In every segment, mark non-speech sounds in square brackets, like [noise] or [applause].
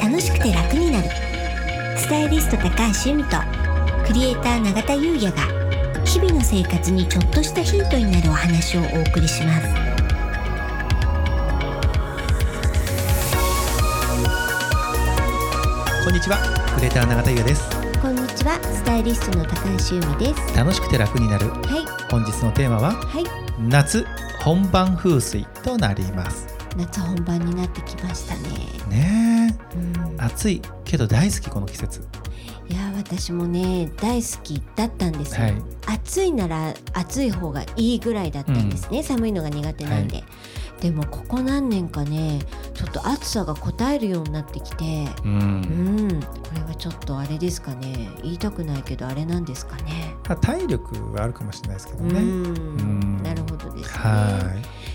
楽しくて楽になるスタイリスト高橋由美とクリエイター永田優也が日々の生活にちょっとしたヒントになるお話をお送りしますこんにちはクレーター永田優也ですこんにちはスタイリストの高橋由美です楽しくて楽になるはい本日のテーマははい夏本番風水となります夏本番になってきましたねねえうん暑いけど大好きこの季節いや私もね大好きだったんですよ、はい暑いなら暑い方がいいぐらいだったんですね、寒いのが苦手なんで、でもここ何年かねちょっと暑さが応えるようになってきてううんんこれはちょっとあれですかね言いたくないけどあれなんですかねまあ体力はあるかもしれないですけどうね、んんなるほどですねは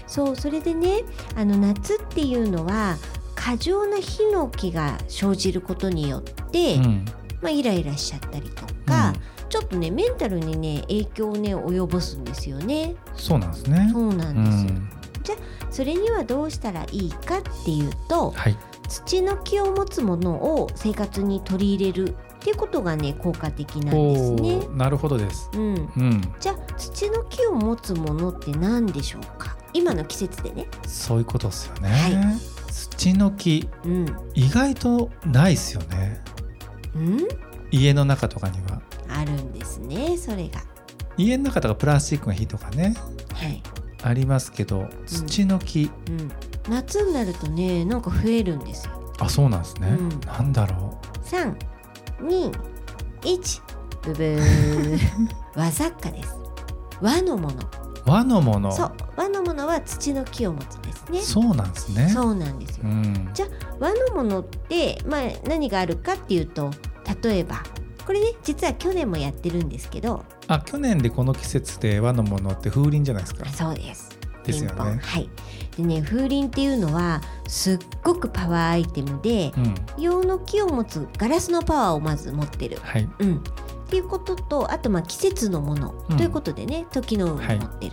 そうそれでねあの夏っていうのは過剰なヒノキが生じることによって、い、うんまあ、イライラしちゃったりとか、ちょっとねメンタルにね影響をね及ぼすんですよねそうなんですねそうなんですよ、んそれにはどうしたらいいかっていうとはい土の気を持つものを生活に取り入れるっていうことがね効果的なんですおねーなるほどですうんうんじゃあ土の気を持つものって何でしょうか今の季節でねそういうことですよね、は土の木うん意外とないですよねうん家の中とかにはあるんですねそれが家の中とかプラスチックの火とかねはいありますけど土の木、うん夏になるとねなんか増えるんですよあそうなんですね、うんなんだろ三、二、一、ブブ [laughs] ー。和雑貨です。和のもの。う和のものそう、和のものは土の木を持つですね。そうなんですねそうなんですよう。んじゃ和のものって、まあ、何があるかっていうと、例えば。これね、実は去年もやってるんですけど。あ去年でこの季節で和のものって風鈴じゃないですかあそうです。ですよピンポンねはい。でね、風鈴っていうのは、すっごくパワーアイテムで。うん用の木を持つガラスのパワーをまず持ってる。はいうん、っていうこととあとまあ季節のものうんということでね、時の運を持ってる、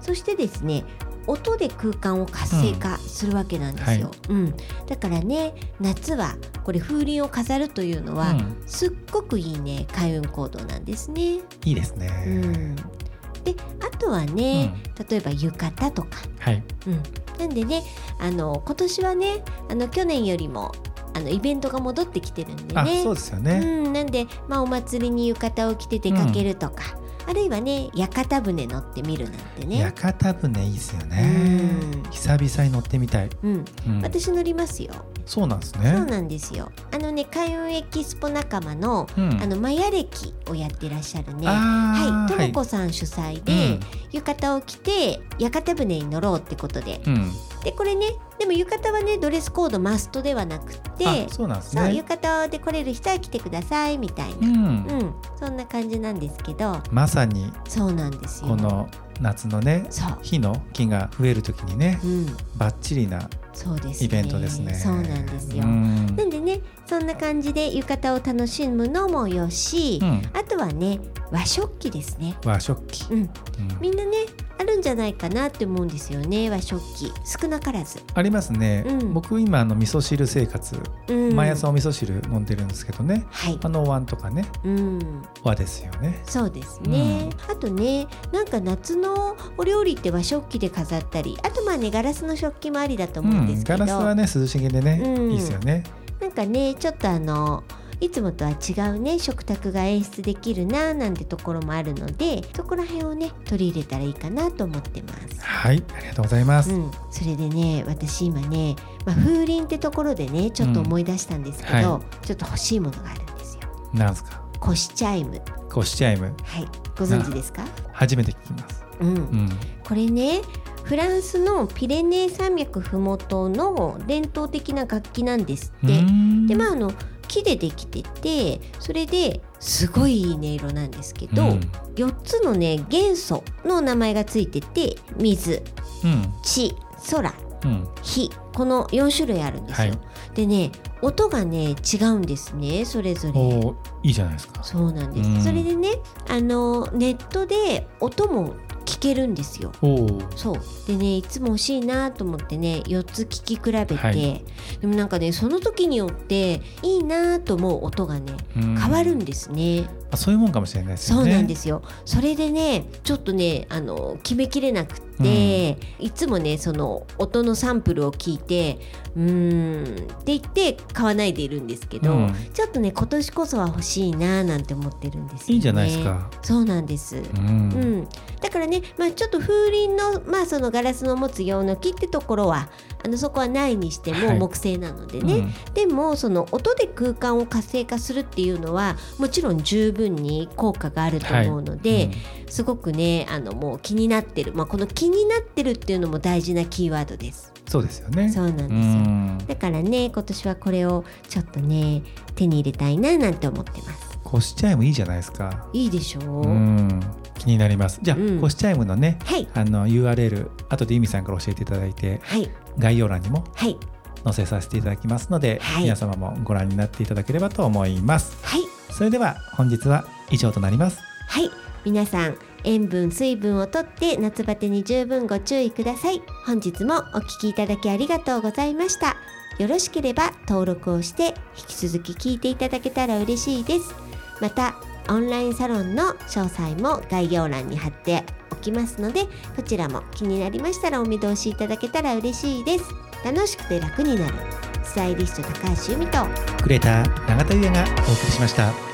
そしてですね音で空間を活性化するわけなんですよ、うんだからね夏はこれ風鈴を飾るというのは、うんすっごくいいね開運行動なんですね。いいですね、うん、であとはね、例えば浴衣とか、はいうん、なんでねあの今年はねあの去年よりもあのイベントが戻ってきてるんであねそうですよね、うん、なんで、まあ、お祭りに浴衣を着て出かけるとか、あるいはね屋形船乗ってみるなんて屋ね、形船いいですよねうん久々に乗ってみたい、うん、うん私乗りますよ、そうなんですそうねなんですよあのね海運エキスポ仲間の、うんあのマヤ歴をやってらっしゃるねはあい、ーともこさん主催で、はい浴衣を着て屋形船に乗ろうってことでうんうんでこれねでも浴衣はねドレスコードマストではなくてあそうなんですそうね浴衣で来れる人は来てくださいみたいな、うんうん、そんな感じなんですけどまさにそうなんですよこの夏のねそう、火の木が増える時にねうん、バッチリなそうですねイベントですね。そうなんですよ、うんなんでねそんな感じで浴衣を楽しむのもよし、うんあとはね和食器ですね和食器、うん、うんみんなねあるんじゃないかなって思うんですよね和食器少なからず、ありますね、うん僕今あの味噌汁生活、うん、毎朝お味噌汁飲んでるんですけどねはいあ、のお椀とかねうん、和ですよねそうですね、あとねなんか夏のお料理って和食器で飾ったりあとまあねガラスの食器もありだと思うんですけガど、ラスはね涼しげでね、うんいいですよねなんかねちょっとあのいつもとは違うね食卓が演出できるななんてところもあるのでそこら辺をね取り入れたらいいかなと思ってます。はいありがとうございます、うん、それでね私今ね、まあ、風鈴ってところでねちょっと思い出したんですけど、うんはちょっと欲しいものがあるんですよ。なんですかコシチャイムこうシチャイムはいご存知ですか、初めて聞きます、うんうん、これねフランスのピレネー山脈ふもとの伝統的な楽器なんですって。うんでまああの木でできててそれですごいいい音色なんですけど、うん4つのね元素の名前がついてて水うん地空うん火この4種類あるんですよ。はいでね音がね違うんですねそれぞれ。おーいいじゃないですかそうなんです、うんそれでねあのネットで音も聞けるんですよ。おお。そうでねいつも欲しいなと思ってね4つ聞き比べて、はいでもなんかねその時によっていいなと思う音がね変変わるんですね、あそういうもんかもしれないですそようね。。なんですすよそれでねちょっとねあの決めきれなくって、いつもねその音のサンプルを聞いてうーんって言って買わないでいるんですけど、うんちょっとね今年こそは欲しいななんて思ってるんですよ、ね、いいじゃないですか。そうなんです、う。うんん、だからね、まあ、ちょっと風鈴の,、まあそのガラスの持つ用の木ってところはあのそこはないにしてもはい木製なのでうね、ん。でもその音で空間を活性化するっていうのはもちろん十分に効果があると思うので、すごくねあのもう気になってる、まあ、この気になってるっていうのも大事なキーワードです。うんそうですよね。そうなんですよ、うん。だからね今年はこれをちょっとね手に入れたいななんて思ってます。コシチャイムいいじゃないですか。いいでしょう、うん。気になります。じゃあ、うんコシチャイムのね、はいあの URL 後で由美さんから教えていただいてはい概要欄にもはい載せさせていただきますので、はい皆様もご覧になっていただければと思いますはいそれでは本日は以上となりますはい皆さん塩分水分をとって夏バテに十分ご注意ください本日もお聞きいただきありがとうございましたよろしければ登録をして引き続き聞いていただけたら嬉しいですまたオンラインサロンの詳細も概要欄に貼っておきますのでこちらも気になりましたらお見通しいただけたら嬉しいです楽しくて楽になるスタイリスト高橋由美とクレーター永田優也がお送りしました